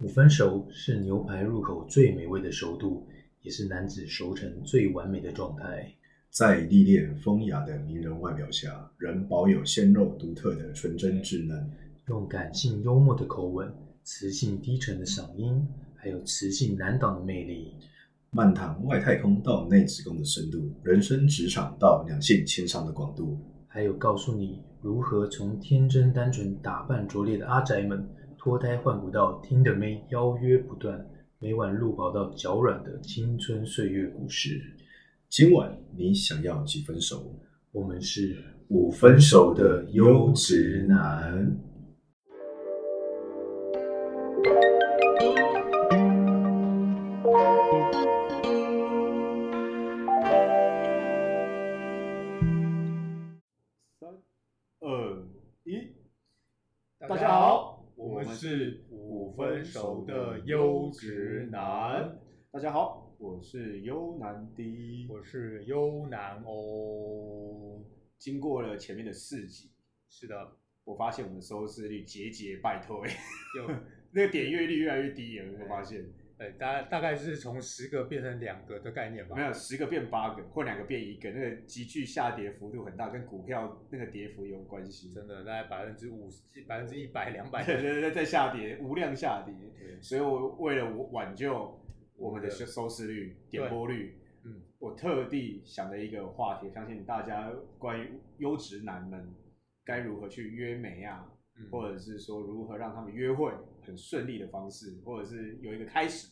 五分熟是牛排入口最美味的熟度，也是男子熟成最完美的状态。在历练风雅的迷人外表下，仍保有鲜肉独特的纯真稚嫩。用感性幽默的口吻、磁性低沉的嗓音，还有磁性难挡的魅力，漫谈外太空到内子宫的深度，人生职场到两性情商的广度。还有告诉你如何从天真单纯、打扮拙劣的阿宅们，脱胎换骨到听得妹邀约不断，每晚入跑到脚软的青春岁月故事。今晚你想要几分熟？我们是五分熟的优质男。三二一，大家好，我们是五分熟的优质男。大家好，我是优男 D。我是优男哦。经过了前面的四集，是的，我发现我们的收视率节节败退，就 那个点阅率越来越低了。有没有发现？呃大大概是从十个变成两个的概念吧。没有，十个变八个，或两个变一个，那个急剧下跌幅度很大，跟股票那个跌幅有关系。真的大概百分之五十、百分之一百、两百。对对对，在下跌，无量下跌。对所以我为了我挽救我们的收收视率、点播率，嗯，我特地想了一个话题，相信大家关于优质男们该如何去约媒啊，嗯或者是说如何让他们约会很顺利的方式，或者是有一个开始。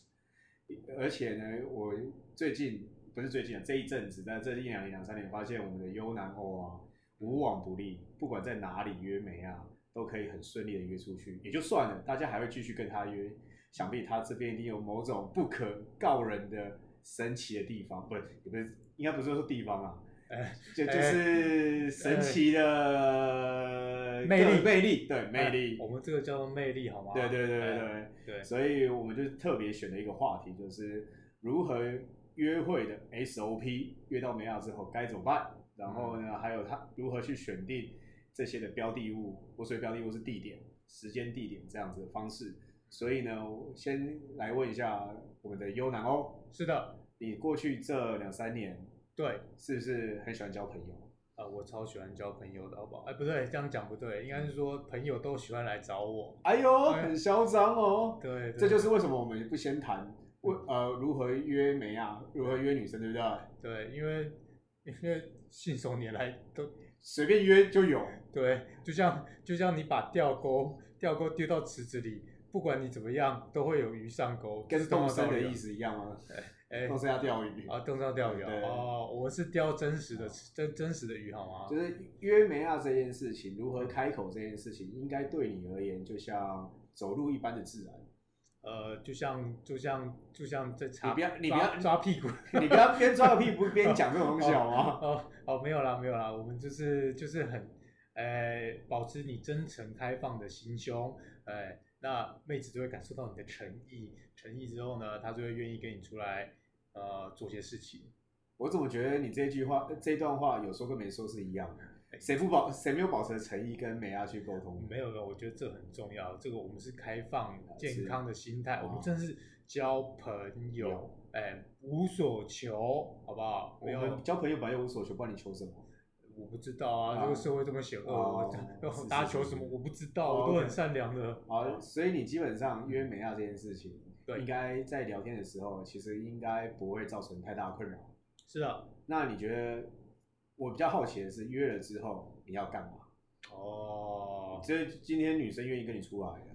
而且呢，我最近不是最近啊，这一阵子，但这一两年、两三年，发现我们的优男欧啊，无往不利，不管在哪里约媒啊，都可以很顺利的约出去，也就算了，大家还会继续跟他约。想必他这边一定有某种不可告人的神奇的地方，不，也不是，应该不是说地方啊，哎就就哎是神奇的魅力各魅力， 对，魅力，哎我们这个叫做魅力好吗？哎对对对对对。对所以我们就特别选了一个话题，就是如何约会的 SOP，约到梅亚之后该怎么办？然后嗯呢，还有他如何去选定这些的标的物，我所谓标的物是地点、时间、地点这样子的方式。所以呢，我先来问一下我们的优南欧，是的，你过去这两三年对。是不是很喜欢交朋友？啊，我超喜欢交朋友的，好不好？哎，不对，这样讲不对，应该是说朋友都喜欢来找我。哎呦，哎很嚣张哦！对，嗯对这就是为什么我们不先谈问呃如何约梅啊，如何约女生，对不对？对，因为因为信手拈来都随便约就有。对，就像就像你把钓钩钓钩丢到池子里，不管你怎么样，都会有鱼上钩，跟动身身的意。思一样吗？哎动身要钓鱼，啊，动上钓鱼啊对哦哦，我是钓真实的真真实的鱼好吗？就是约梅亚这件事情，如何开口这件事情，应该对你而言就像走路一般的自然。呃，就像就像就像在你擦不要你不啊抓要抓屁股。 你不要边抓个屁股边讲这种东西好吗？ 哦哦，没有啦，没有啦，我们就是就是很，呃，保持你真诚开放的心胸，呃，那妹子就会感受到你的诚意，诚意之后呢，她就会愿意跟你出来，呃，做些事情。我怎么觉得你这句话这段话有说跟没说是一样哎的？谁不保谁没有保持诚意跟梅亚去沟通？没有没有，我觉得这很重要，这个我们是开放是健康的心态，我哦们真的是交朋友，哎，无所求，好不好？我没有，们交朋友本来就无所求，不然你求什么？我不知道啊，这啊个社会这么险恶，哦是 我是大家是求是什么？我不知道，哦我都 OK 很善良的。好，所以你基本上约梅亚这件事情，对应该在聊天的时候，其实应该不会造成太大困扰。是啊，那你觉得，我比较好奇的是，约了之后你要干嘛？哦，就是今天女生愿意跟你出来了，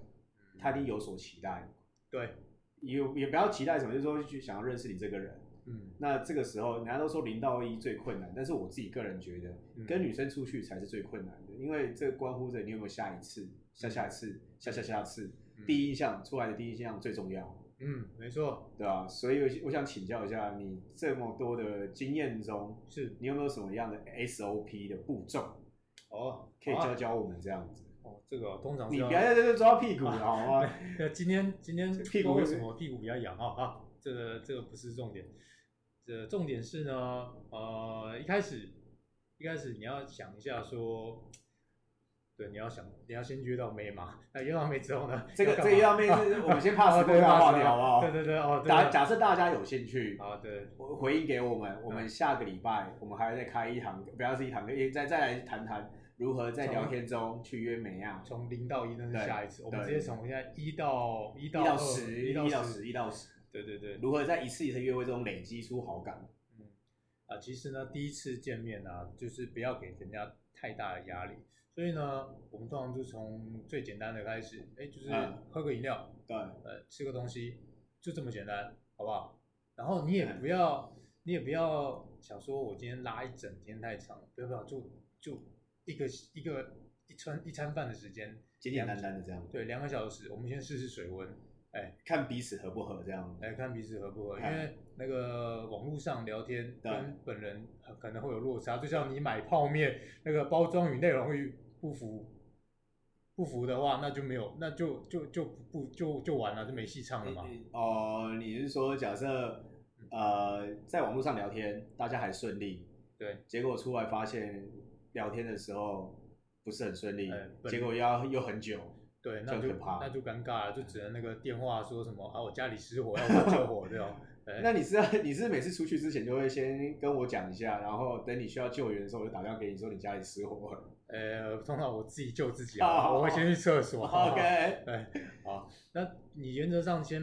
她一定有所期待，对，也也不要期待什么，就是说去想要认识你这个人。嗯，那这个时候，人家都说零到一最困难，但是我自己个人觉得，嗯跟女生出去才是最困难的，因为这关乎着你有没有下一次、下下次、下下下次。嗯第一印象出来的第一印象最重要，嗯，没错，对吧、所以我我想请教一下，你这么多的经验中，是你有没有什么样的 SOP 的步骤？哦，可以好啊教教我们这样子。哦，这个通常是你不要在这边抓屁股了好 吗？那今天今天这屁股不知道为什么屁股比较痒啊？啊，这个这个不是重点，这重点是呢，呃，一开始一开始你要想一下说，对，你要想，你要先约到妹嘛，那约到妹之后呢？ 这个要干这嘛个要面是，我们先怕 哦死对对话怕话死题好不好？对对对哦对假对假设大家有兴趣， 好的，回回应给我们，我们下个礼拜我们还要再开一堂，不要是一堂课，也再再来谈谈如何在聊天中去约啊美亚，从零到一那是对下一次，我们对直接从现在一到一一到到十，十，一到到十，一到十，对对对，如何在一次一次约会中累积出好感？嗯，啊，其实呢，第一次见面啊，就是不要给人家太大的压力。所以呢，我们通常就从最简单的开始，哎，就是嗯喝个饮料，对，呃，吃个东西，就这么简单，好不好？然后你也不要，你也不要想说我今天拉一整天太长，不要不要，就就一个一个一餐一餐饭的时间，简简单单的这样，对，两个小时，我们先试试水温，哎，看彼此合不合这样。来看彼此合不合，因哎为那个网络上聊天对跟本人呃可能会有落差，就像你买泡面，那个包装与内容与不符，不符的话，那就没有，那就就就不就就完了，就没戏唱了嘛。哦，你是说假设呃在网络上聊天，大家还顺利，对，结果出来发现聊天的时候不是很顺利哎，本结果要又很久。对，那这就样可怕嗯那就尴尬了，就只能那个电话说什么啊，我家里失 火，要我救火这种。哎那你是 你是每次出去之前就会先跟我讲一下，然后等你需要救援的时候，我就打电话给你说你家里失火了。呃，通常我自己救自己好啊，好我会先去厕所。哦 OK，对，哎好，那你原则上先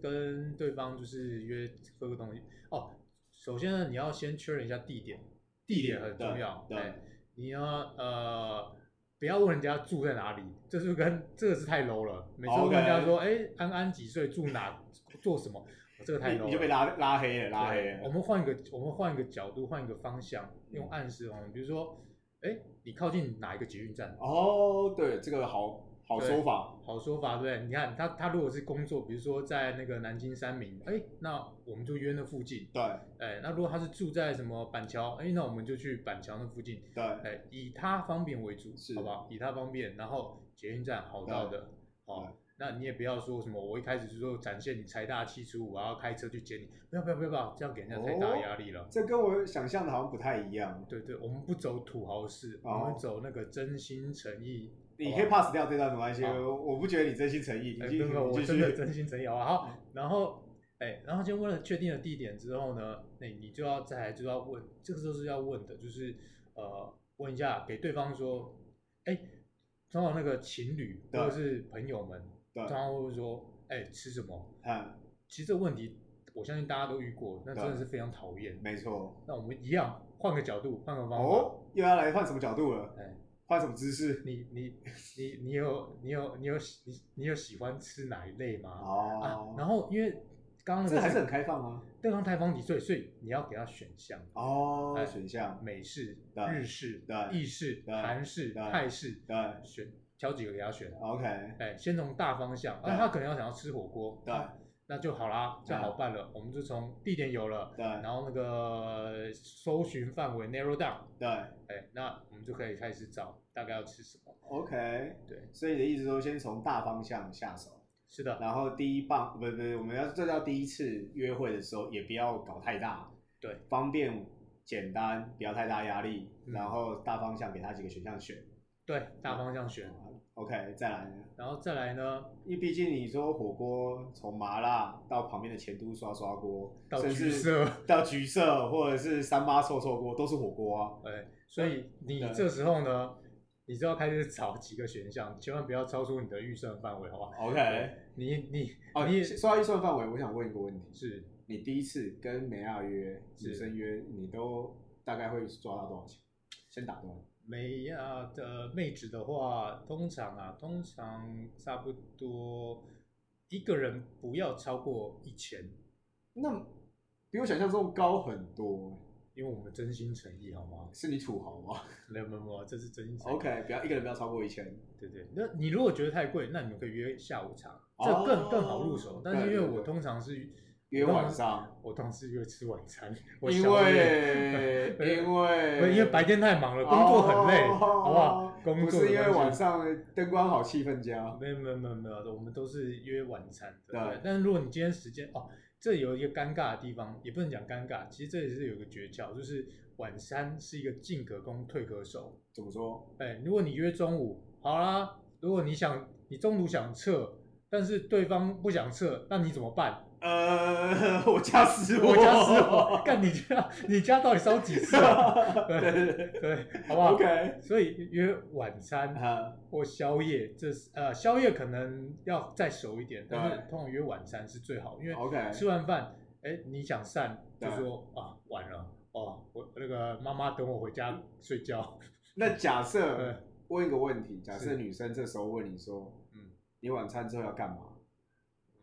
跟对方就是约喝个东西哦。首先呢，你要先确认一下地点，地点很重要。对对哎你要呃，不要问人家住在哪里，这是跟这个是太 low 了。每次问 OK 人家说，哎、安安几岁，住哪，做什么，哦这个 太你 low 了。你就被拉拉黑了，拉黑对我了。们换一个，我们换一个角度，换一个方向，用嗯暗示哦，比如说，哎，你靠近哪一个捷运站？哦，对，这个好好说法。好说法，对不对？你看他他如果是工作，比如说在那个南京三明，哎，那我们就约那附近，对哎，那如果他是住在什么板桥，哎，那我们就去板桥那附近，对哎，以他方便为主，是啊好不好？以他方便，然后捷运站好到的，哦对，那你也不要说什么，我一开始就说展现你财大气粗，我要开车去接你，不要不要不要不要，这样给人家太大压力了。这跟我想象的好像不太一样。对对，我们不走土豪式，哦我们走那个真心诚意。你好可以不好 pass 掉这段没关系，哦好我我不觉得你真心诚意，你哎，没继有续没有，我你继真的续。嗯真心诚意好啊。好，然后哎，然后就为了确定了地点之后呢，那你就要再来就要问，这个时候是要问的，就是呃问一下给对方说，哎，通常那个情侣或对者是朋友们，对通常会说，哎，吃什么？嗯，其实这个问题我相信大家都遇过，那对真的是非常讨厌。没错。那我们一样换个角度，换个方法，哦，又要来换什么角度了？哎。换什么姿势？你你你你有你有你有喜你你有喜欢吃哪一类吗？啊，哦，然后因为刚刚那这个还是很是开放啊吗？对方太方体，所以所以你要给他选项，哦哎，选项，美式、对日式、对意式、对韩式、对泰式，对选挑几个给他选。 ，OK，哎，先从大方向，对啊，他可能要想要吃火锅，对啊那就好啦，这样对好办了。我们就从地点有了，对然后那个搜寻范围 narrow down，对哎，那我们就可以开始找大概要吃什么。 ，OK，对，所以你的意思说先从大方向下手，是的，然后第一棒，不不，不我们要这叫第一次约会的时候，也不要搞太大，对，方便简单，不要太大压力，嗯然后大方向给他几个选项选对，大方向选。 ，OK，再来呢？然后再来呢，因为毕竟你说火锅从麻辣到旁边的前都刷刷锅，到甚橘至色，到橘色或者是三八臭臭锅都是火锅啊。哎，所以你对这时候呢，你就要开始找几个选项，千万不要超出你的预算范围，好吧？ OK，你你哦，你说到预算范围，我想问一个问题：是你第一次跟美亚约、是女生约，你都大概会抓到多少钱？先打断。美亚的妹纸的话，通常啊，通常差不多一个人不要超过一千，那比我想象中高很多，欸因为我们真心诚意，好吗？是你土豪吗没有没有没有，这是真心诚 意。？OK，不要一个人不要超过一千。对对，那你如果觉得太贵，那你们可以约下午茶，哦这更更好入手。但是因为对对我对通常是约晚 上，我通常是约吃晚餐，我因小夜 为因为因为白天太忙了，工作很累，哦好不好？工不作是因为晚上。上灯光好，气氛佳。没有没有没有没有，我们都是约晚餐的。对但是如果你今天时间哦，这有一个尴尬的地方，也不能讲尴尬，其实这也是有一个诀窍，就是晚餐是一个进可攻退可守。怎么说？哎，如果你约中午，好啦，如果你想你中途想撤，但是对方不想撤，那你怎么办？呃， 我家失火，我家 失火，干你家你家到底烧几次啊？ 对对对对 对对，好不好，OK，所以约晚餐啊，或宵夜，这是呃宵夜可能要再熟一点，对但是通常约晚餐是最好，因为 OK 吃完饭，哎，你想散就对说啊晚了哦，我那个妈妈等我回家睡觉，那假嗯对设问一个问题，假设是女生这时候问你说，嗯嗯，你晚餐之后要干嘛？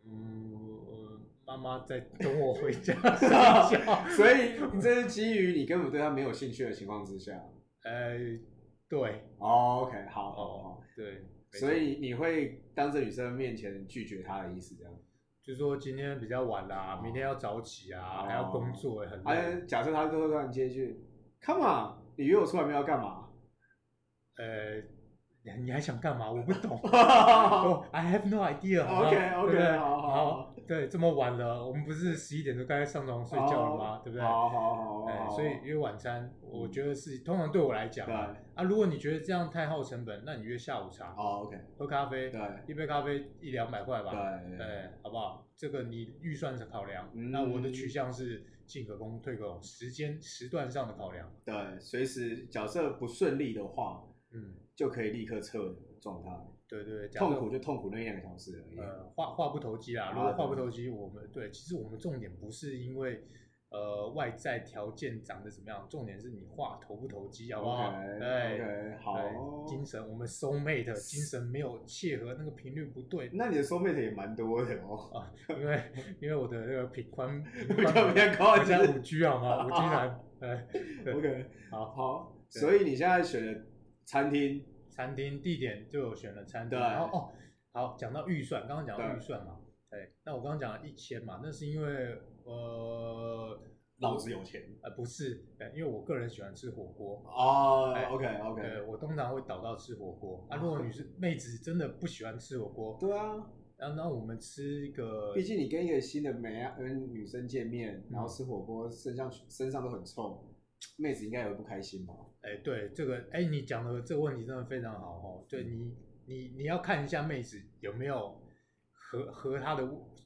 嗯，呃 妈妈在等我回 家睡觉， 所以这是基于你根本对她没有兴趣的情况之下。呃，对哦，OK，好，好，哦好。对，没所错以你会当着女生面前拒绝她的意思，这样。就说今天比较晚啦，明天要早起啊，还要工作，很哦哎累，，假设她最后突然接一句，Come on，你约我出来没有要干嘛？呃，你你还想干嘛？我 不懂。哦哦、i have no idea 好吗。 OK，OK，对不对好好好，对，这么晚了，我们不是十一点就该上床睡觉了吗？对不对？哦好好好，哎，好所以约晚餐，我觉得是通常对我来讲对，啊哦，啊如果你觉得这样太耗成本，那你约下午茶， ，OK，喝咖啡对，对一杯咖啡一两百块吧，对，对，好不好？这个你预算是考量，嗯那我的取向是进可攻退可守，时间时段上的考量。对，随时假设不顺利的话，嗯，就可以立刻撤的状态，对对，假设痛苦就痛苦那一两个小时而已。呃话话不投机嗯啦。啊如果话不对投机，我们对其实我们重点不是因为呃外在条件长得怎么样，重点是你话投不投机，好不好哎 OK，对 OK，对，好。精神我们 soul mate 精神没有契合，那个频率不 对。那你的 soul mate 也蛮多的哦， 啊，因为因为我的那个频宽频比较宽比较高我现在就是五 G 好 吗？五 G 男，哎，对 OK，好，好，对所以你现在选的餐厅，餐厅地点就有选了餐厅，对然后哦，好，讲到预算，刚刚讲到对预算嘛，对，那我刚刚讲了一千嘛，那是因为呃，老子有钱呃，不是，呃，因为我个人喜欢吃火锅，哦哎 OK OK，对我通常会导到吃火锅。啊，如果女生妹子真的不喜欢吃火锅，对啊，然后那我们吃一个，毕竟你跟一个新的美啊嗯女生见面，然后吃火锅，身上身上都很臭，妹子应该也会不开心吧？哎，对这个，哎，你讲的这个问题真的非常好哦。对嗯你，你你要看一下妹子有没有合合她的，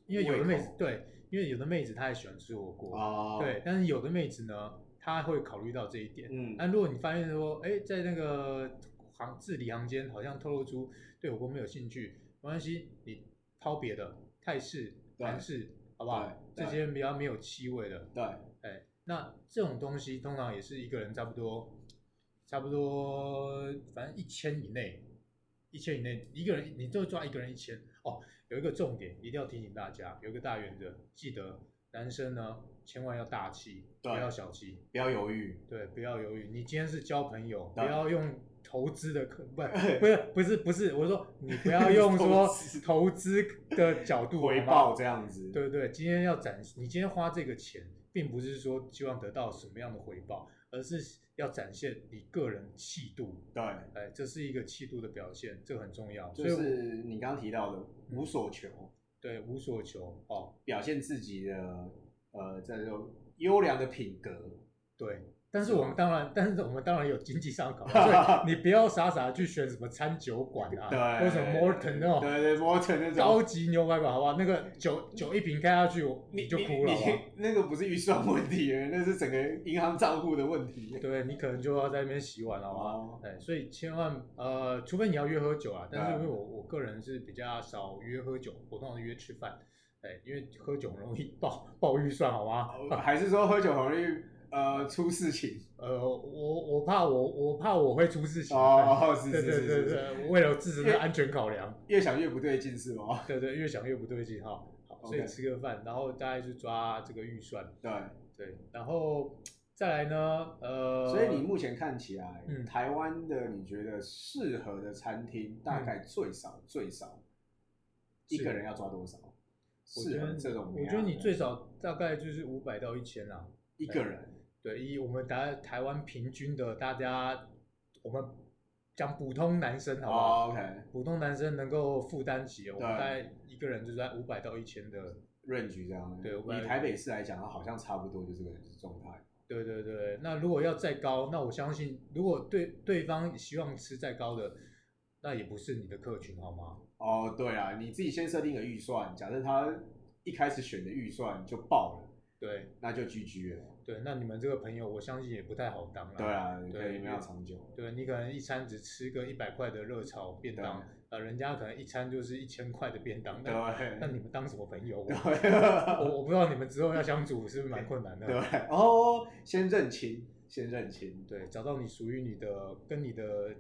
因为有的妹子胃口对，因为有的妹子她也喜欢吃火锅，哦，对，，但是有的妹子呢，她会考虑到这一点。嗯，但如果你发现说，哎，在那个行字里行间好像透露出对火锅没有兴趣，没关系，你抛别的泰式、对韩式，好不好？对这对些比较没有气味的，对，哎，那这种东西通常也是一个人差不多，差不多反正一千以内，一千以内，一个人你就抓一个人一千哦。有一个重点一定要提醒大家，有一个大原则，记得男生呢千万要大气，不对要小气，不要犹 豫，对，不要犹豫。你今天是交朋友，不对要用投资的可不不是不是不是，我说你不要用说投资投资的角度 回好吗报这样子，对对，今天要展示，你今天花这个钱，并不是说希望得到什么样的回报，而是要展现你个人气度，对，哎，这是一个气度的表现，这很重要。就所以我嗯是你刚刚提到的无所求，对无所求哦，表现自己的呃，这种优良的品格，对。但是我们当然，但是我们当然有经济上的考量，所以你不要傻傻地去选什么餐酒馆啊，对，或什么 Morton 哦那种对对 Morton 那种高级牛排馆，好不好？那个酒酒一瓶开下去，我你就哭了你好不好，你 那个不是预算问题，那是整个银行账户的问题。对你可能就要在那边洗碗了，好不好？哦，哎，所以千万呃，除非你要约喝酒啊，但是对啊因为我我个人是比较少约喝酒，我通常约吃饭，哎，因为喝酒容易爆 爆预算，好吗？哦还是说喝酒容易呃出事 情？呃，我我怕我我怕我会出事情，哎哦，是对是对是对是对，是，为了自身的安全考量，越想越不对劲是吗？对对，越想越不对劲哈。好，所以 OK 吃个饭，然后大概就抓这个预算，对，对，然后再来呢，呃，所以你目前看起来嗯，台湾的你觉得适合的餐厅大概最少最少一个人要抓多少？我觉适合得这种美我亚觉得你的最少大概就是五百到一千啊。一个人对，以我们台台湾平均的大家，我们讲普通男生好不好？哦，OK 普通男生能够负担起，我们对大概一个人就在五百到一千的， range 这样。对我以台北市来讲，它好像差不多就这个状态。对对对。那如果要再高，那我相信，如果对对方希望吃再高的，那也不是你的客群好吗？哦，对啊，你自己先设定个预算，假设他一开始选的预算就爆了，对那就 GG 了。对，那你们这个朋友，我相信也不太好当啦。对啊，对可以没有因为长久。对你可能一餐只吃个一百块的热炒便当对，呃，人家可能一餐就是一千块的便当，对那那你们当什么朋友？我对我我不知道你们之后要相处是不是蛮困难 的。对，哦，先认清，先认清。对，找到你属于你的，跟你的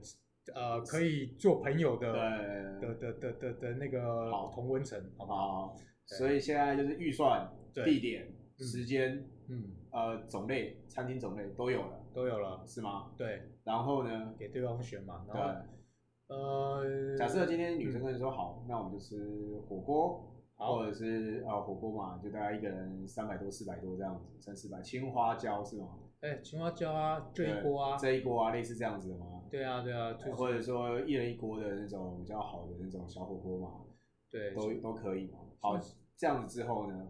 呃可以做朋友的的对，的的的的那个好同温层，好不好？好，对所以现在就是预算、对地点、嗯时间、嗯，呃种类、餐厅种类都有了，都有了，是吗？对，然后呢？给对方选嘛，然后对，呃，假设今天女生跟你说好，那我们就吃火锅，好或者是呃火锅嘛，就大概一个人三百多、四百多这样子，三四百。青花椒是吗？哎青花椒啊，这一对锅啊，这一锅啊，类似这样子的吗？对啊对啊，就是或者说一人一锅的那种比较好的那种小火锅嘛，对都是都可以嘛。好，这样子之后呢，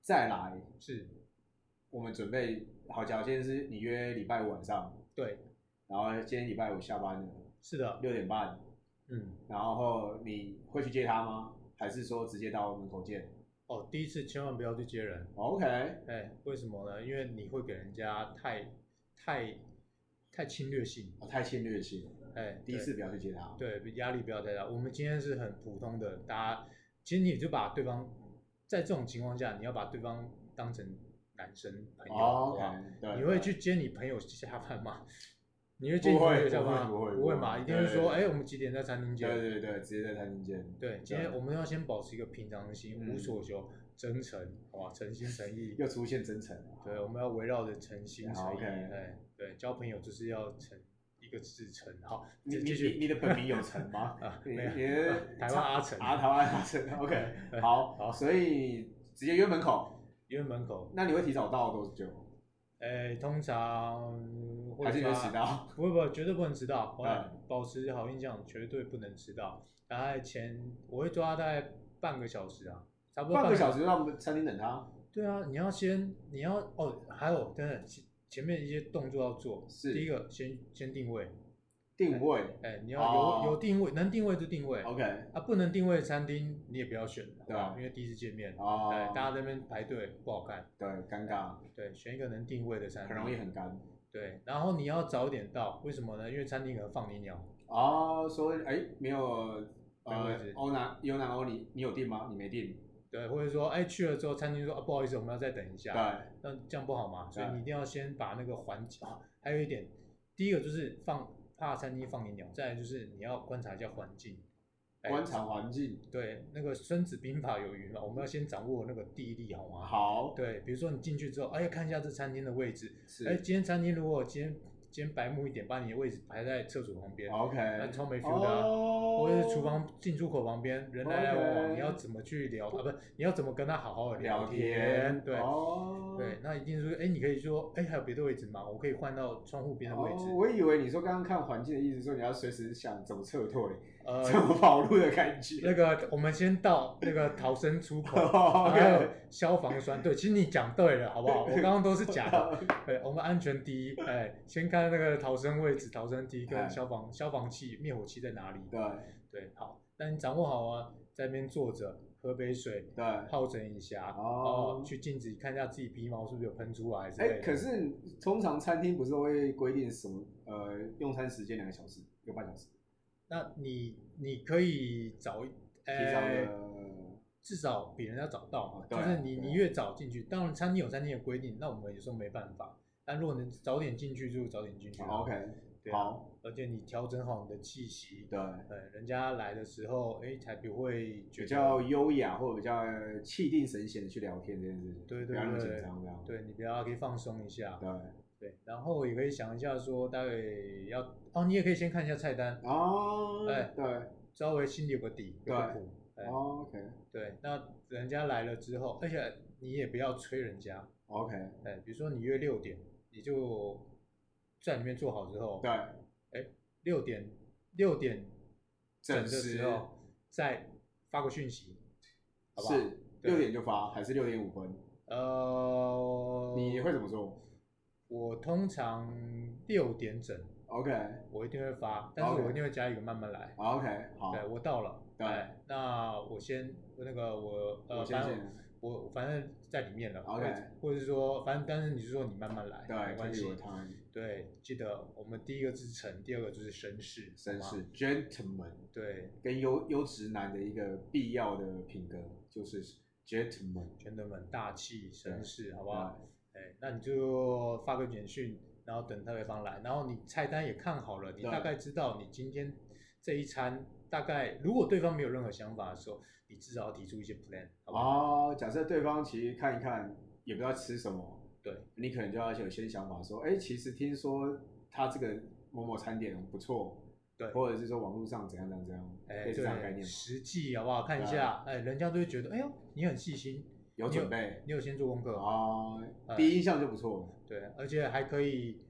再来是，我们准备好，假如今天是你约礼拜五晚上，对，然后今天礼拜五下班了是的，六点半，嗯，然后你会去接他吗？还是说直接到门口见哦哦，第一次千万不要去接人， ？OK，哎，为什么呢？因为你会给人家太太太侵略性，我哦太侵略性了，哎，第一次不要去接他。对对压力不要太大。我们今天是很普通的，大家其实你就把对方在这种情况下，你要把对方当成男生朋友，好哦不，OK，好对，你会对去接你朋友下班吗？你会接你朋友下班吗？不会不会不不会会嘛，不会一定是对说，哎，我们几点在餐厅见？对对对，直接在餐厅见。对，今天我们要先保持一个平常心，嗯无所求，真诚，好吧，诚心诚意。又出现真诚了。对，啊我们要围绕着诚心好诚意。 ，OK 哎，对，交朋友就是要诚一个字诚。好，你继你继你续你的本名有陈 吗？啊， 你没有你的台湾阿成啊，台湾阿成，OK，好，好所以直接约门口，因为门口，那你会提早到多久？哎，通常会还是你会迟？到？不会不会，绝对不能迟到，我要嗯保持好印象，绝对不能迟到。大概前我会抓大概半个小时啊，差不多半个时小时让我们餐厅等他，对啊，你要先，你要哦，还有等等前前面一些动作要做。是第一个先先定位，定位哎，你要有、哦有定位，能定位就定位。 ，OK，啊，不能定位的餐厅你也不要选，对啊好不好因为第一次见面，哦哎，大家在那边排队不好看。对，尴尬，对，选一个能定位的餐很厅，容易很干。对。然后你要早点到，为什么呢？因为餐厅可能放你鸟，哦，所以哎，没有没位呃置，欧南有南欧，你你有订吗？你没订，对，或者说哎去了之后，餐厅说啊不好意思，我们要再等一对，下，那这样不好嘛，所以对你一定要先把那个环节、啊，还有一点，第一个就是放怕餐厅放你鸟，再来就是你要观察一下环境，哎观察环境，对，那个《孙子兵法》有云嘛，我们要先掌握那个地利，好吗？。好，对，比如说你进去之后，哎，看一下这餐厅的位置，哎，是今天餐厅如果今天今天白目一点，把你的位置排在厕所旁边，那哦，OK，超没 feel 的啊、哦或者是厨房进出口旁边，人来来往往， OK 你要怎么去聊啊？不，你要怎么跟他好好的聊天？天，对、哦，对，那一定是哎，你可以说哎，还有别的位置吗？我可以换到窗户边的位置。哦。我以为你说刚刚看环境的意思，说你要随时想怎么撤退、怎呃，么跑路的感觉。那个我们先到那个逃生 出口。哦还有，OK，消防栓，对，其实你讲对了，好不好？我刚刚都是假的，对，哎我们安全第一，哎，先看那个逃生位置、逃生梯跟哎消防消防器、灭火器在哪里。对啊对，好，那你掌握好啊，在那边坐着喝杯水，对，犒整一下，哦哦，去镜子看一下自己皮毛是不是有喷出来之哎、类的。可是通常餐厅不是都会规定什么呃用餐时间两个小时，一个半小时，那你你可以早一，提早哎，的至少比人家早到嘛，对啊就是你对你越早进去，当然餐厅有餐厅的规定，那我们有时候没办法。但如果能早点进去就早点进去啊、好哦 OK，对啊好，而且你调整好你的气息，对，呃，人家来的时候，哎，才不会觉比得较优雅或者比较气定神闲的去聊天这件事情，对对不要那么对紧张这样，对你比较可以放松一下，对，对，然后也可以想一下说，待会要哦，你也可以先看一下菜单，哦，哎对，稍微心里有个底，有个对谱。哎哦，OK 对，那人家来了之后，而且你也不要催人家， OK，哎，比如说你约六点，你就在里面做好之后，对，六点六点整的准时时候再发个讯息，好不好？是对六点就发还是六点五分？呃，你会怎么做我通常六点整， OK，我一定会发，但是 OK 我一定会加一个慢慢来。好 OK，好，对，我到了。哦对哎那我先我那个我呃，我先反正进我反正在里面了。 OK 或者或者是说，反正但是你是说你慢慢来，没对，关系我。time，对，记得我们第一个就是诚，第二个就是绅士，绅好吗。士 gentleman 对跟优优质男的一个必要的品格就是 gentleman， ，gentleman 大气绅士，好不好？哇，哎，那你就发个简讯，然后等对方来，然后你菜单也看好了，你对大概知道你今天这一餐大概，如果对方没有任何想法的时候，你至少要提出一些 plan，好不好？哦，假设对方其实看一看也不知道吃什么，对，你可能就要有先想法说，哎，其实听说他这个某某餐点不错，对或者是说网络上怎样怎样怎样，哎，类似这样的概对，念吗，实际好不好？看一对啊下，哎，人家都会觉得，哎呦，你很细心，有准备你有先做功课，啊，哎第一印象就不错了。对，而且还可以，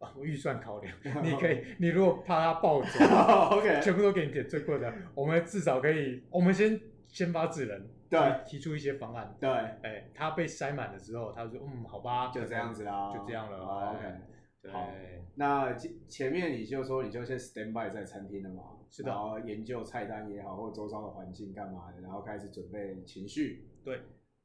啊，我预算考 量，你可以，你如果怕他暴走， OK，全部都给你点最贵的，我们至少可以，我们先先发制人，对提提出一些方案，对，哎，他被塞满了之后，他说，嗯，好吧，就这样子啦，就这样了啊哎 OK。对，好那前前面你就说你就先 stand by 在餐厅了嘛，是的然后研究菜单也好，或周遭的环境干嘛的，然后开始准备情绪。对，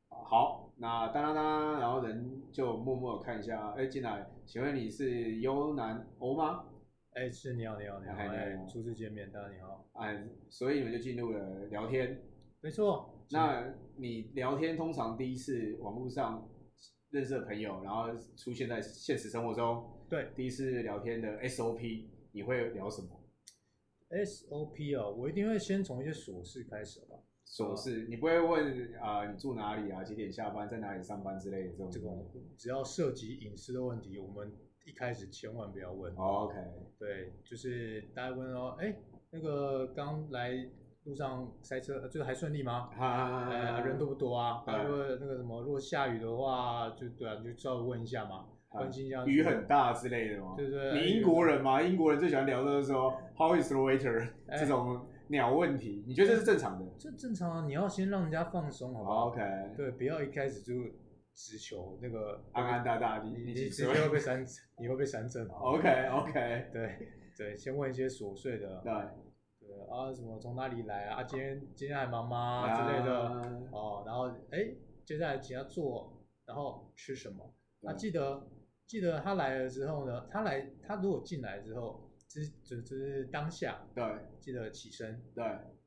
好，那当当当，然后人就默默地看一下，哎，进来，请问你是优南欧吗？哎，是你好，你好，你好，嗨你哎好，初次见面，大家你好，哎，所以你们就进入了聊天。没错，那你聊天通常第一次网络上认识的朋友，然后出现在现实生活中，对。第一次聊天的 SOP，你会聊什么？ SOP 哦，我一定会先从一些琐事开始吧。琐事，你不会问啊、呃你住哪里啊，几点下班，在哪里上班之类的这种。这种只要涉及隐私的问题，我们一开始千万不要问。哦、OK，对，就是大家问哦，哎，那个刚来路上塞车，呃就是还顺利吗？呃，哈，人多不多啊？嗯啊如果那个什么，如果下雨的话，就对啊，你就稍微问一下嘛，嗯关心一下。雨很，大之类的吗？对对哎对你英国人嘛，英国人最喜欢聊的是说 How is the weather、哎这种鸟问题，你觉得这是正常的、哦这正常啊。你要先让人家放松，好不好 o k 对，不要一开始就直球那个安安大大，你你你你几直接岁会被删，你会被删 正。 ？OK OK，对对，先问一些琐碎的，对，对啊，什么从哪里来啊？啊，今天今天还忙吗、之类的啊哦。然后哎，接下来请他做，然后吃什么？那、嗯记得记得他来了之后呢，他来他如果进来之后，只只只是当下对记得起身，对，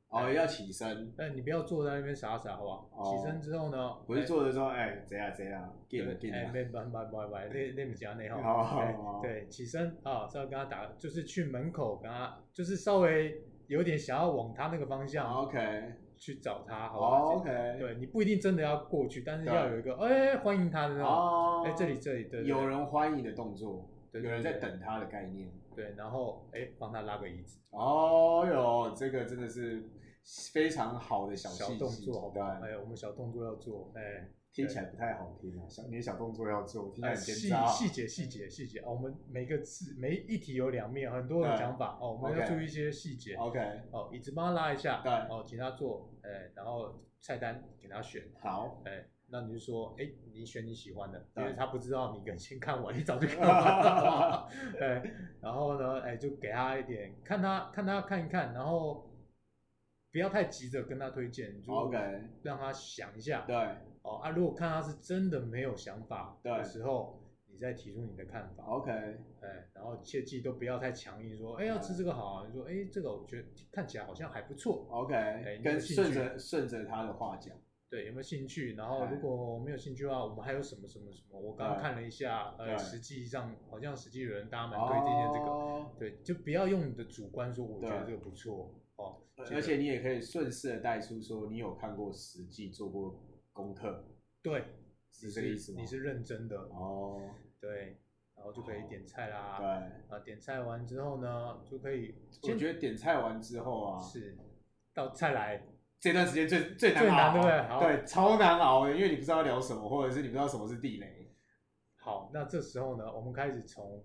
哦，要起身，但你不要坐在那边傻傻，好不好？哦哎起身之后呢，不是哎坐着说，哎、怎样怎样，进了进哎，了，没拜拜拜拜，那那比较内好耗。好好对，对起身啊，稍微跟他打，就是去门口跟他，就是稍微有点想要往他那个方向哦 OK，去找他，好不好哦 OK，对你不一定真的要过去，但是对要有一个哎欢迎他的那种，哦，哎这里这里对，对有人欢迎的动作，对有人在对对等他的概念。对，然后哎帮他拉个椅子，哦哟，这个真的是非常好的小细小节动作好不好？对，哎我们小动作要做，哎听起来不太好听啊，小你的小动作要做，听起来哎很奸细诈。细节细节细节，哦我们每个字每一题有两面，很多的对讲法哦，我们要 OK 注意一些细节。 OK，哦，椅子帮他拉一下，对哦，请他坐，哎，然后菜单给他选，好，哎，那你就说，哎，你选你喜欢的，因对为他不知道你可能先看完，你早就看 完了，哎，然后呢，哎，就给他一点，看他看他看一看，然后不要太急着跟他推荐，你就哦 OK 让他想一下，对哦啊，如果看他是真的没有想法对的时候，你再提出你的看法， ，OK，哎，然后切记都不要太强硬，说，哎，要吃这个好啊，你说，哎，这个我觉得看起来好像还不错，啊 OK，哎你有跟兴顺趣着顺着他的话讲，对，有没有兴趣？然后哎如果没有兴趣的话，我们还有什么什么什么？我刚刚对看了一下，对呃，实际上好像实际有人大家蛮推荐这个，哦对，就不要用你的主观说我觉得对这个不错哦，而这个而且你也可以顺势的带出说你有看过实际做过功课，对，是你这个意思是吗？你是认真的，哦，对，然后就可以哦点菜啦，对。啊，点菜完之后呢，就可以我先觉得点菜完之后啊，是到菜来，这段时间最最难最熬，啊难对不对好超难熬的，欸因为你不知道聊什么，或者是你不知道什么是地雷。好，那这时候呢，我们开始从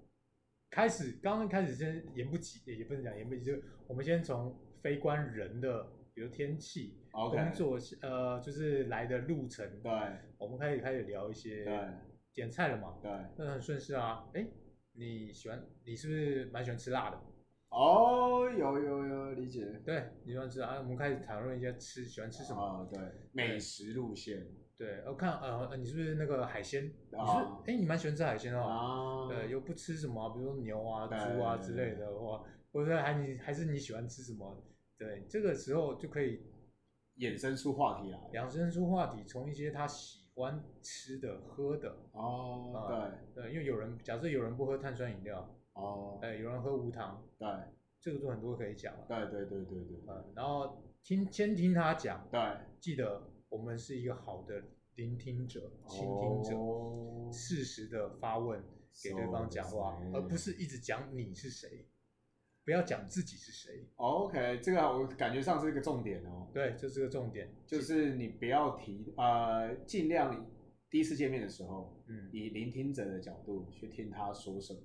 开始，刚刚开始先言不及，也也不能讲言不及，就是我们先从非关人的，比如天气、 OK 工作，呃，就是来的路程，对我们可以开始聊一些对点菜了嘛，对那很顺势啊，哎，你喜欢，你是不是蛮喜欢吃辣的？哦，有有有，理解。对，你喜欢吃辣，啊我们开始谈论一下吃喜欢吃什么。哦，对，美食路线对，我看呃，呃你是不是那个海鲜？你是啊哎、诶你蛮喜欢吃海鲜哦。啊，对，又不吃什么、比如说牛啊、对猪啊之类的话，或者还你还是你喜欢吃什么？对，这个时候就可以衍生出话题来。养生出话题，从一些他喜欢吃的、喝的，哦，啊对，对，因为有人假设有人不喝碳酸饮料，哦，哎，有人喝无糖，对，这个就很多可以讲了。对对对对对呃，然后听先听他讲，对，记得我们是一个好的聆听者、倾听者，哦适时的发问给对方讲话是，而不是一直讲你是谁，不要讲自己是谁。 OK，这个我感觉上是一个重点哦，对，这是个重点。就是你不要提，呃，尽量第一次见面的时候，嗯，以聆听者的角度去听他说什么，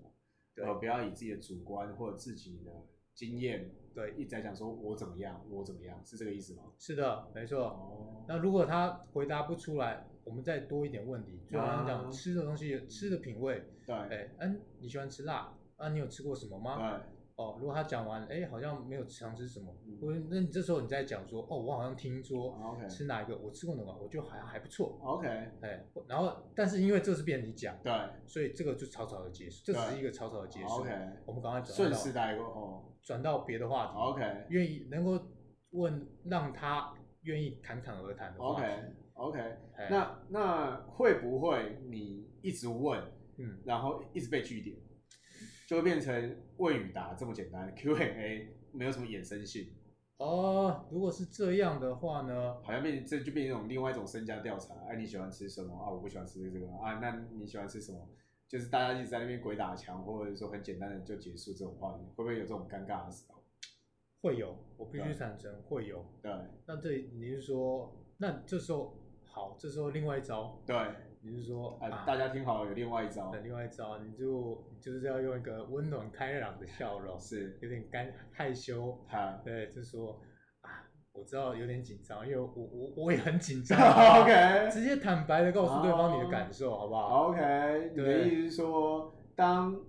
对呃，不要以自己的主观或者自己的经验对，一直在讲说我怎么样，我怎么样，是这个意思吗？是的，没错。哦，那如果他回答不出来，我们再多一点问题，就好像啊讲吃的东西，吃的品味，对哎，嗯，你喜欢吃辣啊？你有吃过什么吗？对哦，如果他讲完，哎，好像没有常吃什么嗯，或者那你这时候你再讲说，哦，我好像听说，OK 吃哪一个，我吃过哪个，我就还还不错， OK，哎，然后但是因为这是变你讲，对所以这个就草草的结束，这只是一个草草的结束。 ，OK，我们赶快转顺到势带过哦转到别的话题。 ，OK 愿意能够问让他愿意侃侃而谈的话题。 OK OK，哎那那会不会你一直问？嗯，然后一直被据点，就会变成问与答这么简单，Q&A 没有什么衍生性，哦，如果是这样的话呢？好像变这就变成一种另外一种身家调查，哎、你喜欢吃什么啊？我不喜欢吃这个啊，那你喜欢吃什么？就是大家一直在那边鬼打墙，或者说很简单的就结束这种话题，会不会有这种尴尬的时候？会有，我必须对坦诚会有。对那这你是说，那这时候好，这时候另外一招，对，你是说啊，大家听好，有另外一招的另外一招，你就你就是要用一个温暖开朗的笑容，是，有点干害羞，哈对，就说啊，我知道有点紧张，因为我我我也很 紧张。啊，OK 哦直接坦白的告诉对方你的感受，好不好？ OK，你的对意思是说当。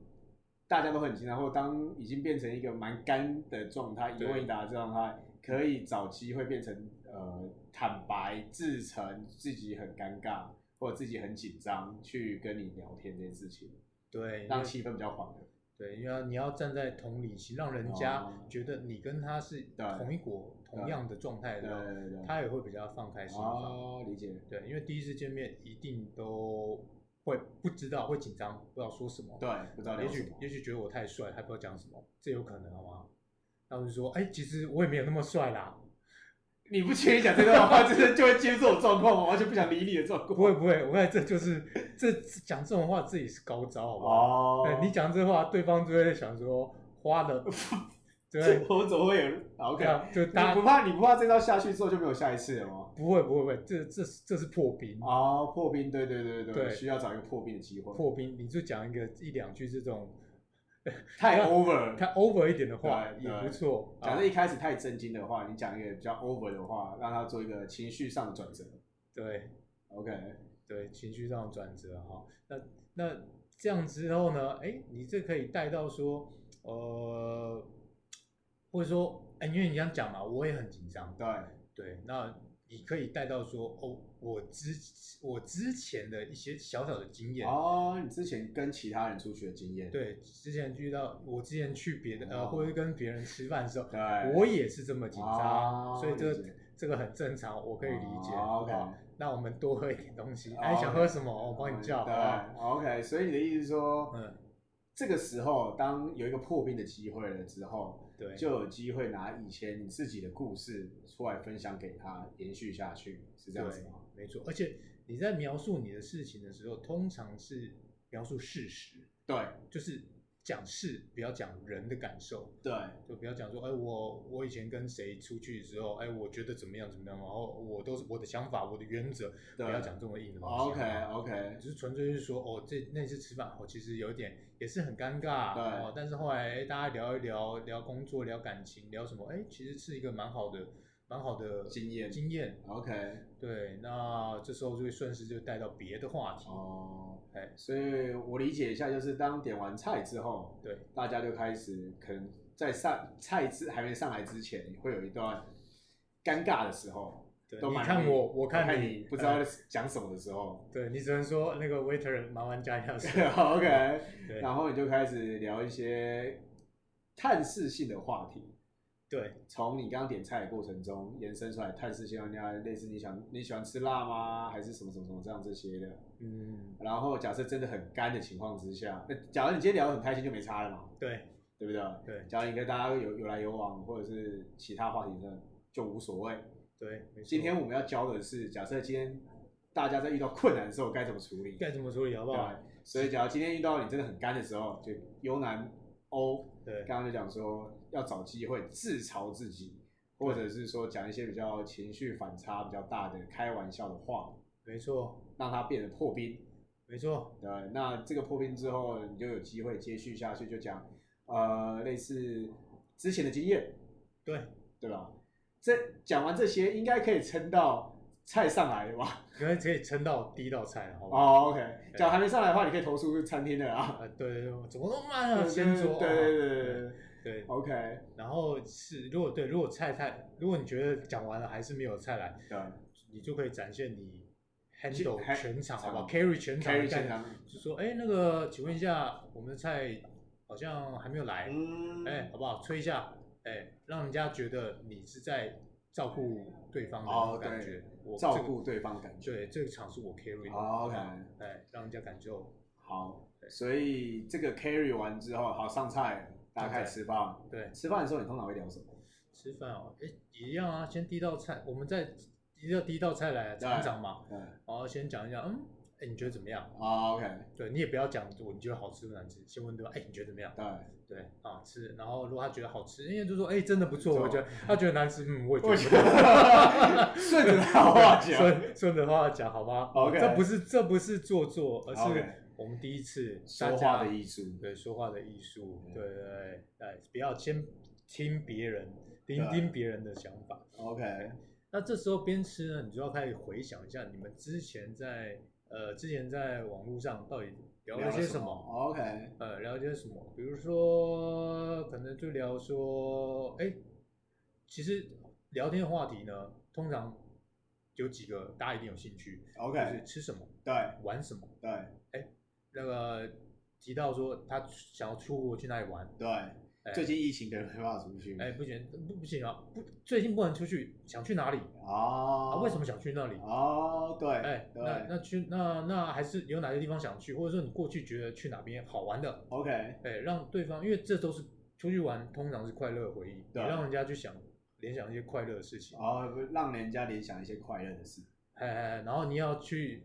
大家都很紧张，或当已经变成一个蛮干的状态，一对问一答的状态，可以找机会变成呃坦白自成自己很尴尬或者自己很紧张去跟你聊天这件事情，对，因让为气氛比较缓和。对，因为你要站在同理心，让人家哦觉得你跟他是对同一国、同样的状态对的时候，对对他也会比较放开心房。哦，理解。对，因为第一次见面一定都会不知道，会紧张，不知道说什么。对，不知道聊也什许么。也许觉得我太帅，他不知道讲什么，这有可能好吗？那我就说，哎、其实我也没有那么帅啦。你不轻易讲这段话，就是就会接受这种状况，我完全不想理你的状况。不会不会，我看这就是这讲这种话，这也是高招，好不好？哦，哎你讲这话，对方就会想说花 了，对，我怎么会有啊？OK，对啊，就大你不家怕你不怕这招下去之后就没有下一次了吗？不会不会不会，这这是这是破冰，哦，破冰，对对对对对需要找一个破冰的机会。破冰，你就讲一个一两句这种 太那 over，了看 over 一点的话对也对不错。假啊设一开始太震惊的话，你讲一个比较 over 的话，让他做一个情绪上的转折。对 OK，对，情绪上的转折啊哈，那那这样之后呢？哎，你这可以带到说，呃，或者说，哎，因为你这样讲嘛，我也很紧张，对，对，那你可以带到说，哦，我之我之前的一些小小的经验，哦，你之前跟其他人出去的经验，对，之前遇到我之前去别的、哦呃，或者跟别人吃饭的时候， 对，我也是这么紧张，哦所以这理个解这个很正常，我可以理解。哦好不 OK 好那我们多喝一点东西，哦哎、想喝什么，我我帮你叫，好不好？对，OK，所以你的意思是说，嗯，这个时候当有一个破冰的机会了之后，对，就有机会拿以前你自己的故事出来分享给他，延续下去，是这样子对吗？没错。而且你在描述你的事情的时候，通常是描述事实，对就是讲事，不要讲人的感受。对，就不要讲说，哎、我我以前跟谁出去之后，哎、我觉得怎么样怎么样，然后我都是我的想法，我的原则，不对要讲这么硬的东西。 OK 啊好吗 OK，只是纯粹是说，哦，这那次吃饭，我、其实有一点也是很尴尬，对哦，但是后来、哎大家聊一聊，聊工作，聊感情，聊什么，哎、其实是一个蛮好的蛮好的经验经验。 OK，对，那这时候就会顺势就带到别的话题。哦，哎，所以我理解一下，就是当点完菜之后，对，大家就开始可能在上菜之还没上来之前，会有一段尴尬的时候，对，都你蛮看容易我，我看呃哎你，不知道讲什么的时 候。对你只能说那个 waiter 麻烦加一下水。啊 OK，对然后你就开始聊一些探视性的话题，对从你刚刚点菜的过程中延伸出来探视性，人家类似你想你喜欢吃辣吗？还是什么什么什么这样这些的。嗯，然后假设真的很干的情况之下，那假如你今天聊得很开心就没差了嘛，对对不对？对假如你跟大家有有来有往，或者是其他话题上就无所谓。对，没错今天我们要教的是，假设今天大家在遇到困难的时候该怎么处理。该怎么处理好不好？所以，假如今天遇到你真的很干的时候，就由南欧对刚刚就讲说要找机会自嘲自己，或者是说讲一些比较情绪反差比较大的开玩笑的话，没错让它变得破冰。没错，对，那这个破冰之后，你就有机会接续下去，就讲呃类似之前的经验，对，对吧？这讲完这些，应该可以撑到菜上来的吧？因为可以撑到第一道菜了，好不好？哦、o k 讲还没上来的话，你可以投诉餐厅的啊。啊，对对对，怎么那么慢啊？先做，对对对哦对对对对，OK，然后是，如果对，如果菜菜，如果你觉得讲完了还是没有菜来，对你就可以展现你去 handle 嗨全场，好不好场？carry 全场的，carry 概现念，场，就说，哎，那个，请问一下，我们的菜好像还没有来，嗯哎，好不好？吹一下，哎，让人家觉得你是在照顾对方的那哦种感对觉，我照这个顾对方感觉对，这个场是我 carry 的、哦，OK，哎，让人家感受，好对，所以这个 carry 完之后，好上菜了，大家开始吃饭了。对，吃饭的时候，你通常会聊什么？哎吃饭哦，哎，一样啊，先第一道菜，我们再第一道第一道菜来尝尝嘛，对，然后先讲一下，嗯，哎，你觉得怎么样？哦，OK，对你也不要讲我你觉得好吃不难吃，先问对方，哎，你觉得怎么样？对，对啊，吃，然后如果他觉得好吃，因为就说，哎，真的不错，不错我觉得他觉得难吃，嗯，我也觉我得觉不得错。 顺着他话对讲， 顺顺着话讲好吗 OK 这不是这不是做作，而是 OK 我们第一次大说家话的艺术。对，说话的艺术，嗯对对对，哎，不要先听别人，对聆啊听别人的想法。 OK，那这时候边吃呢，你就要开始回想一下你们之前在呃之前在网络上到底聊了些什么， ？OK，呃，聊了些什么？比如说，可能就聊说，哎，其实聊天话题呢，通常有几个大家一定有兴趣就是 OK，吃什么、对玩什么。对那个提到说他想要出国去哪里玩，对，啊哎最近疫情可能没办法出去。哎，不行，不不行啊，不，最近不能出去，想去哪里啊？哦，为什么？想去那里？哦，对，哎，那对那去那那还是有哪些地方想去，或者说你过去觉得去哪边好玩的， ，OK，哎，让对方，因为这都是出去玩，通常是快乐的回忆，你对啊让人家去想联想一些快乐的事情，哦，让人家联想一些快乐的事。哎哎，哎然后你要去，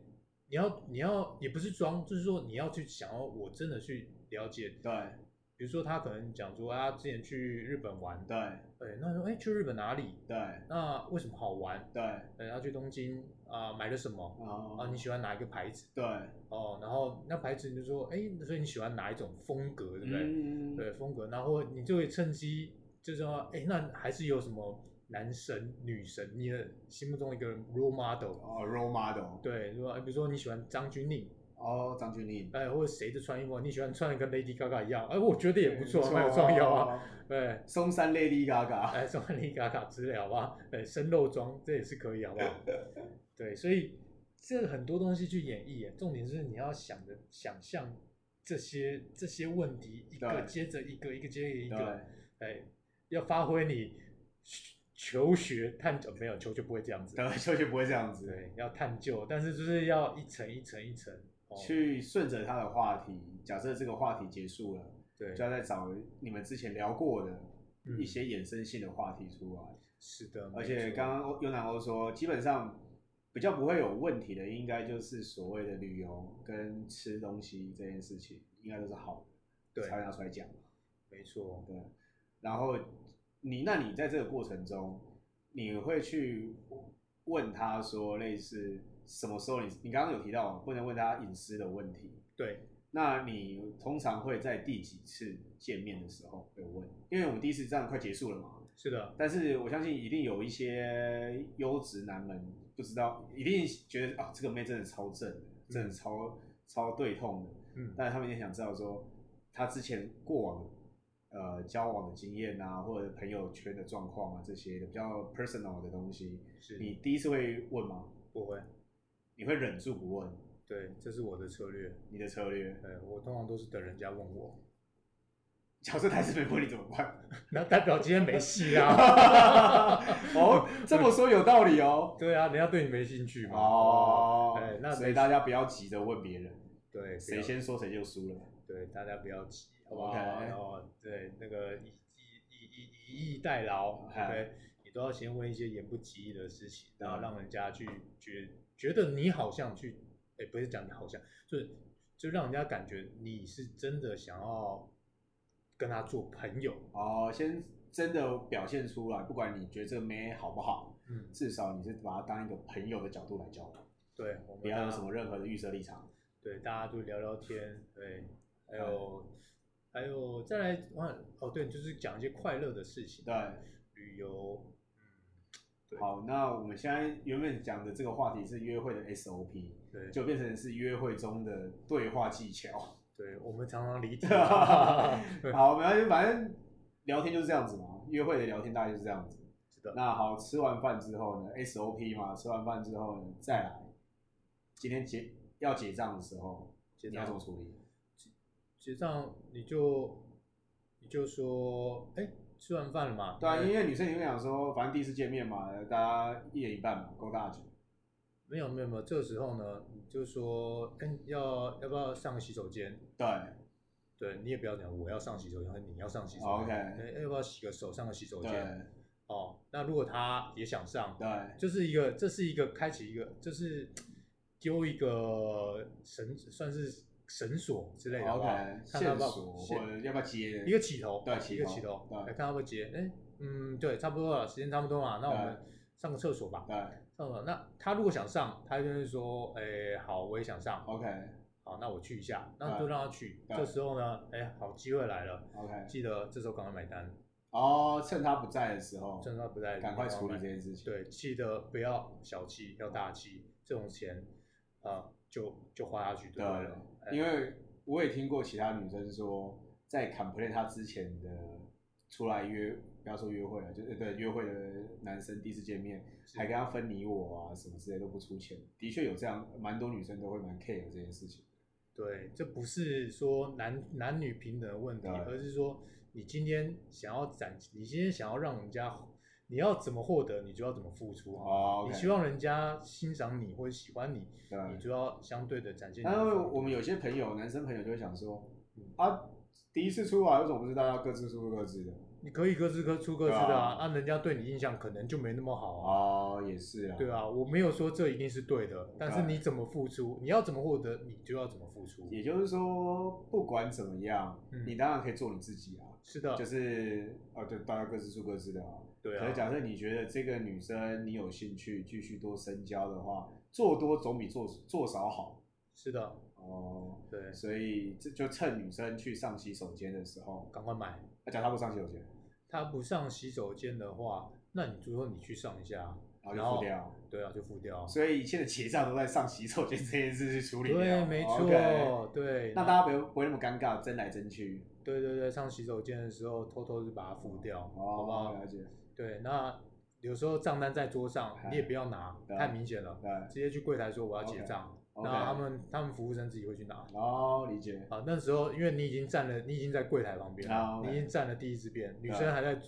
你要你要也不是装，就是说你要去想要我真的去了解，对啊比如说他可能讲说啊，之前去日本玩的，对啊哎，那说哎去日本哪里？对那为什么好玩？对，呃，要去东京啊、买了什么啊？哦，你喜欢哪一个牌子对，哦？然后那牌子你就说，哎，所以你喜欢哪一种风格，对不对？嗯，对风格，然后你就会趁机就说，哎，那还是有什么男神、女神，你的心目中一个 role model，哦，role model，对，说，哎比如说你喜欢张钧甯，哦，张钧甯，哎，或者谁的穿衣服，你喜欢穿的跟 Lady Gaga 一样，哎，我觉得也不错，没蛮有创意啊，，对。松山 Lady Gaga，哎，送你嘎嘎之类好不好？对，生肉装这也是可以好 不好？对，所以这很多东西去演绎耶，重点是你要想着想象这些这些问题一个对接着一个，一个接着一对个，哎，要发挥你求学探究没有求学不会这样子，对，秋学不会这样子，对，要探究，但是就是要一层一层一层哦，去顺着他的话题，假设这个话题结束了，对就，要再找你们之前聊过的嗯一些衍生性的话题出来。是的，而没且错刚刚欧优南欧说，基本上比较不会有问题的，应该就是所谓的旅游跟吃东西这件事情，应该都是好的，对才会拿出来讲。没错，对，然后你那你在这个过程中，你会去问他说，类似什么时候你你刚刚有提到不能问他隐私的问题，对，那你通常会在第几次见面的时候会问？因为我们第一次这样快结束了嘛，是的，但是我相信一定有一些优质男们不知道，一定觉得啊，这个妹真的超正的，真的超、超对痛的。嗯，但是他们也想知道说，他之前过往呃交往的经验啊，或者朋友圈的状况啊，这些比较 personal 的东西，是你第一次会问吗？不会，你会忍住不问？对，这是我的策略。你的策略，呃，我通常都是等人家问我，假设台是没问你怎么办？ 那代表今天没戏啦。哦，这么说有道理哦。 对啊，人家对你没兴趣嘛。哦哎，那所以大家不要急着问别人，对，不谁要先说谁就输了。对，大家不要急，好不好？ OK 然后对那个以以以以以逸待嗯劳，对不对？你都要先问一些言不及义的事情，嗯然后让人家去觉觉得你好像去，哎，不是讲你好像，就是就让人家感觉你是真的想要跟他做朋友，哦，先真的表现出来，不管你觉得这个妹好不好，嗯，至少你是把她当一个朋友的角度来交往，对，我们不要有大什么任何的预设立场。对，大家就聊聊天，对，还有、还有再来，哇哦，对，就是讲一些快乐的事情，对，啊旅游，对好，那我们现在原本讲的这个话题是约会的 SOP，嗯对，就变成是约会中的对话技 巧。对，我们常常离 题，对好，没关系，反正聊天就是这样子嘛，约会的聊天大概就是这样子。是的那好，吃完饭之后呢，SOP 嘛，吃完饭之后呢，再来，今天结要结账的时候，结你要怎么账嗯处理？结账你就你就说，哎，吃完饭了嘛？对啊，那因为女生也会想说，反正第一次见面嘛，大家一人一半嘛，勾大局。没有没有没有，这个时候呢，你就说，哎，要要不要上洗手间？对，对你也不要讲我要上洗手间，或者你要上洗手间哦 OK 对哎要不要洗个手，上个洗手对间？哦，那如果他也想上，对就是一个，这是一个开启一个，就是丢一个绳，算是绳索之类的好不好哦，OK，看他线要不要索线或者要不要接一个起头，对一个起起头头，对来看他会不会接。哎，嗯，对，差不多了，时间差不多嘛，那我们上个厕所吧。对上厕所，那他如果想上，他就会说，哎，好，我也想上， ，OK 好，那我去一下，那对就让他去。对这时候呢，哎，好，机会来了， OK，记得这时候赶快买单，哦，趁他不在的时候，趁他不在，赶快处理买这件事情。对，记得不要小气，要大气，这种钱啊、呃就就花下去对对了。哎因为我也听过其他女生说，在 complain 她之前的出来约，不要说约会了，就是呃对约会的男生第一次见面，是还跟他分你我啊什么之类都不出钱，的确有这样，蛮多女生都会蛮 care 这件事情。对，这不是说男男女平等的问题，对而是说你今天想要展，你今天想要让人家，你要怎么获得，你就要怎么付出。啊哦你 OK 希望人家欣赏你或者喜欢你，对，你就要相对的展现你的但付出。是我们有些朋友，男生朋友就会想说，啊，第一次出啊来为什么不是大家各自出各自的？你可以各自各出各自对啊的啊，啊人家对你印象可能就没那么好啊。哦，也是啊，对啊，我没有说这一定是对的，但是你怎么付出，你要怎么获得，你就要怎么付出。也就是说，不管怎么样，嗯你当然可以做你自己啊。是的，就是哦，对，大家各自出各自的啊。对可啊是，假设你觉得这个女生你有兴趣，继续多深交的话，做多总比做做少好是的，哦。对，所以这就趁女生去上洗手间的时候，赶快买。啊，假如她不上洗手间，他不上洗手间的话，那你最后你去上一下，然后然就后付掉。对啊，就付掉。所以一切的结账都在上洗手间这件事去处理掉。哦对，没错 OK 对。那大然家后不用不会那么尴尬，争来争去。对对对，上洗手间的时候偷偷就把它付掉，好不哦，好了？解。对，那有时候账单在桌上哎，你也不要拿，对太明显了，对直接去柜台说我要结 OK，账， OK 那他们他们服务生自己会去拿。哦，理解。啊，那时候因为你已经站了，你已经在柜台旁边了，啊，OK 你已经站了第一支边，女对啊生还在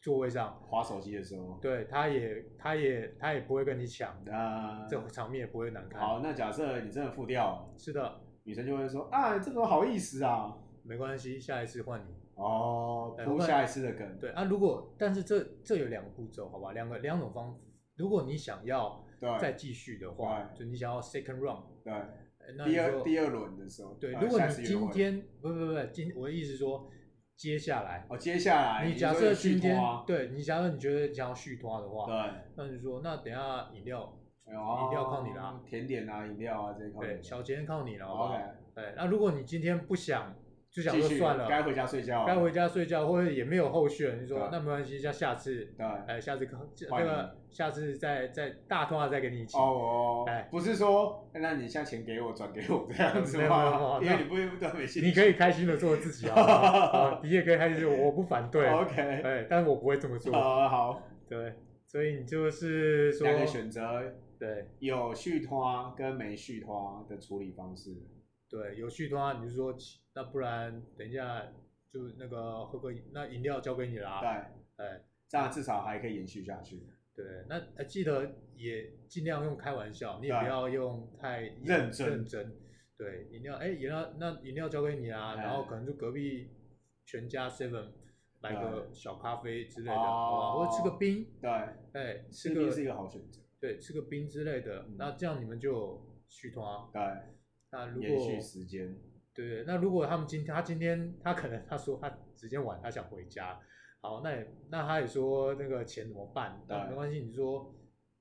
座位上，划手机的时候，对，她也她也她也不会跟你抢，那这场面也不会难看。啊好，那假设你真的付掉了，是的，女生就会说啊，这种好意思啊，没关系，下一次换你。哦，对铺我们下一次的梗，对啊，如果但是这这有两个步骤，好吧，两个两种方，如果你想要对再继续的话，就你想要 second round，对，哎那第二你就第二轮的时候，对，呃如果下你次约今会天不不不，今我的意思是说，接下来哦，接下来你就假会设续今天拖啊对你假设你觉得你想要续拖的话，对，那你说，那等一下饮料，哎呦哦饮料靠你啦，甜点啊，饮料啊这些靠你对，了小钱靠你了，好不好？ ，OK，对，那如果你今天不想就想哦继说续算了，该回家睡觉，该回家睡觉，或者也没有后续了，你说对那没关系，像下次，对。哎，下次可这换个下次再再大通话再给你一起。哦哎哦，不是说那你现在钱给我转给我这样子没有没有没有吗？因为那你不不断没信你可以开心的做自己啊， 啊，你也可以开心地，我不反对，哦 OK，哎，但是我不会这么做，好好，对，所以你就是说哦两，个选择对有续拖跟没续拖的处理方式。对，有续通话你就说，那不然等一下就那个喝个饮那饮料交给你啦，对，哎，这样至少还可以延续下去。对，那呃记得也尽量用开玩笑，你也对啊不要用太认真认真。对，饮料哎，饮料那饮料交给你啊，哎然后可能就隔壁全家 seven 买个小咖啡之类的，哎哦好吧？或者吃个冰，对，哎，吃吃个冰是一个好选择。对，吃个冰之类的嗯，那这样你们就有续通啊。对，那如延果续时间。对，那如果他们今天他今天他可能他说他时间晚，他想回家，好，那也那他也说那个钱怎么办？那对没关系，你说，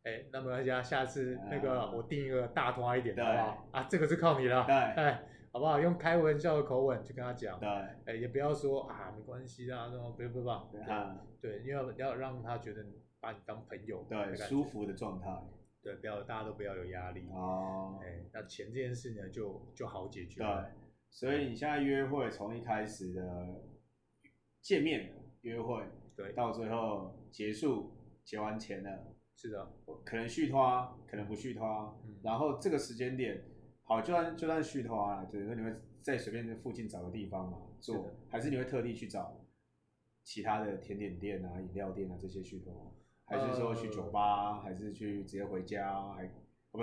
哎，那没关系啊，下次那个嗯我定一个大团一点的，对好不好？啊，这个是靠你了，对哎，好不好？用开玩笑的口吻去跟他讲，对，哎，也不要说啊没关系啊，那不要不要不要，啊，对，因为要让他觉得把你当朋友，对，舒，服的状态。对，不要大家都不要有压力，哦，哎，那钱这件事呢就就好解决对了，，所以你现在约会从一开始的见面约会，对，到最后结束，结完钱了。是的，可能续拖，啊可能不续拖，嗯然后这个时间点，好，就算就算续拖啊，对，那你会在随便附近找个地方嘛是做的，还是你会特地去找其他的甜点店啊、饮料店啊这些续拖，还是说呃去酒吧啊，还是去直接回家啊，还哦不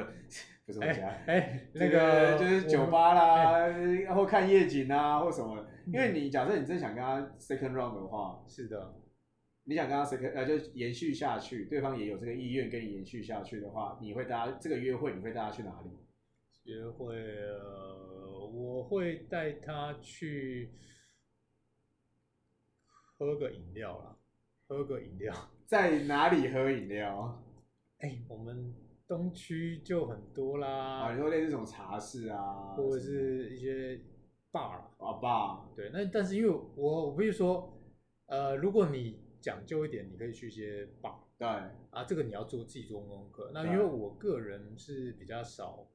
不是回 家，哎哎，这那个就是我酒们吧哎啦，或看夜景啊，或什么，因为嗯你假设你真想跟他 second round 的话，是的，你想跟他 second 呃，就延续下去，对方也有这个意愿跟你延续下去的话，你会带他这个约会，你会带他去哪里？约会，呃，我会带他去喝个饮料啦，喝个饮料。在哪里喝饮料？哎、我们东区就很多啦啊，，你说类似什么茶室啊，或者什是一些 bar 啦。么啊吧，对，那但是因为我我必须说，呃，如果你讲究一点，你可以去一些 bar 对，啊，这个你要做自己做功课。那因对啊为我个人是比较少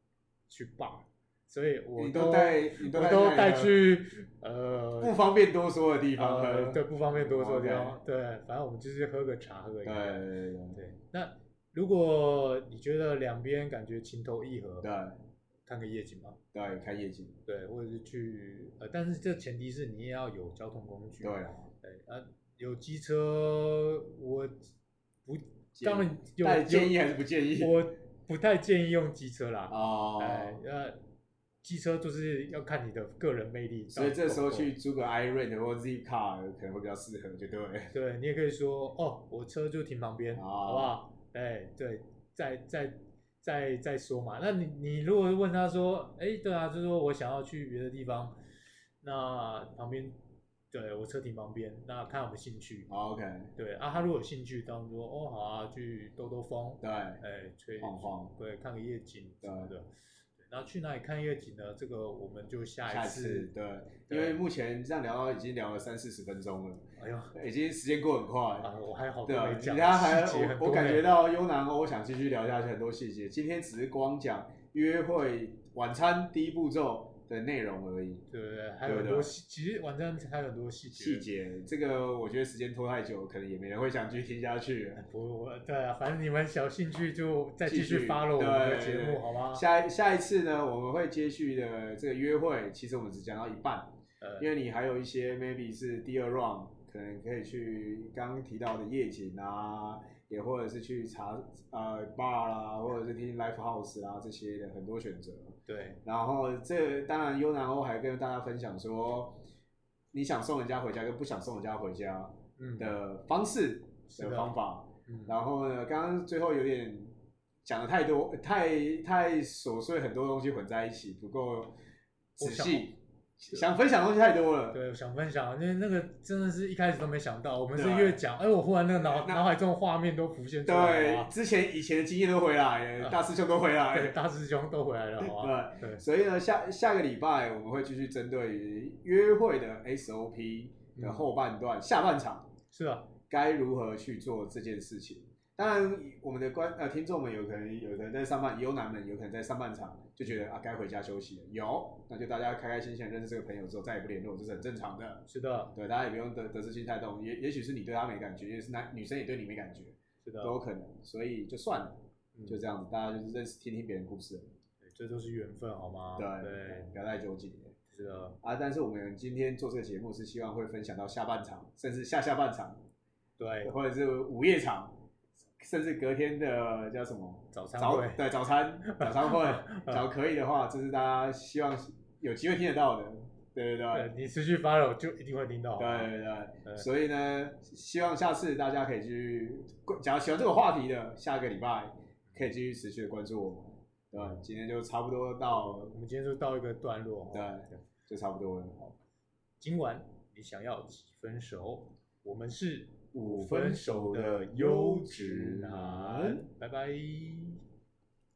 去 bar，所以我你都带，你我带都带哪里喝去呃不方便多说的地方呃喝。对不方便多说的地 OK 方，对，反正我们就是喝个茶，喝个饮对料。对对那如果你觉得两边感觉情投意合，对啊看个夜景嘛，对，看夜景，对，或者是去呃，但是这前提是你也要有交通工具，对啊，对，啊，有机车我不建议当然有但有建议还是不建议？我不太建议用机车啦，哦，哎呃，机车就是要看你的个人魅力，所以这时候去。租个 iRent 或 Z Car 可能会比较适合，就对 了。对你也可以说哦，我车就停旁边，哦好不好？哎，对，再再再再说嘛。那你你如果问他说，哎，对啊，就是说我想要去别的地方，那旁边对我车停旁边，那看有没有兴趣。好 OK，对啊，他如果有兴趣，当然说哦好啊，去兜兜风，对哎，吹晃晃对，看个夜景什么对的。对然后去哪里看夜景呢？这个我们就下下一次次。对，对因为目前这样聊到已经聊了三四十分钟了，哎呦已经时间过很快。啊，我还有好对多啊，没人讲，家还细节很我多我感没觉到优南欧想继续聊下去很多细节，今天只是光讲约会晚餐第一步骤的内容而已，对对对，还有对很的多细，其实晚上还有很多细节。细，节这个我觉得时间拖太久，可能也没人会想继续听下去。不，我对啊，反正你们小兴趣就再继继续续 follow 我们的对节对目，好吗？下一下一次呢，我们会接续的这个约会，其实我们只讲到一半，呃，因为你还有一些 maybe 是第二 round，可能可以去刚刚提到的夜景啊，也或者是去茶呃 bar 啦、或者是听 live house 啊这些的很多选择。对然后这当然优南欧还跟大家分享说，你想送人家回家跟不想送人家回家嗯的方式是的的方法。嗯，然后呢，刚刚最后有点讲的太多，太太琐碎，很多东西混在一起，不够仔我想细。想分享的东西太多了。对，想分享，因为那个真的是一开始都没想到，我们是对越讲，哎，我忽然那个脑那脑海中的画面都浮现出来了对，啊，之前以前的经验都回来了，啊大师兄都回来对，了。大师兄都回来了，好吧？对，所以呢，下下个礼拜我们会继续针对于约会的 SOP 嗯的后半段、下半场是啊，该如何去做这件事情。当然，我们的观呃听众们有可能有可能在上半有男们有可能在上半场就觉得啊该回家休息了，有那就大家开开心心地认识这个朋友之后再也不联络，这是很正常的。是的，对，大家也不用得得失心太重，也也许是你对他没感觉，也是男女生也对你啊没感觉，是的，都有可能，所以就算了，嗯就这样子，大家就是认识听听别人故事，对这都是缘分，好吗？哦对，不要太纠结是的，啊。但是我们今天做这个节目是希望会分享到下半场，甚至下下半场，对，或者是午夜场，甚至隔天的叫什么早餐早会对早餐早餐会，只要可以的话，这是大家希望有机会听得到的，对对对对，。你持续 follow 就一定会听到，好吗对对对，对所以呢，希望下次大家可以去，假如喜欢这个话题的，下个礼拜可以继续持续的关注我们。对吧，今天就差不多到，我们今天就到一个段落，哦对，就差不多了。今晚你想要几分熟？我们是五分熟的优质男，拜拜。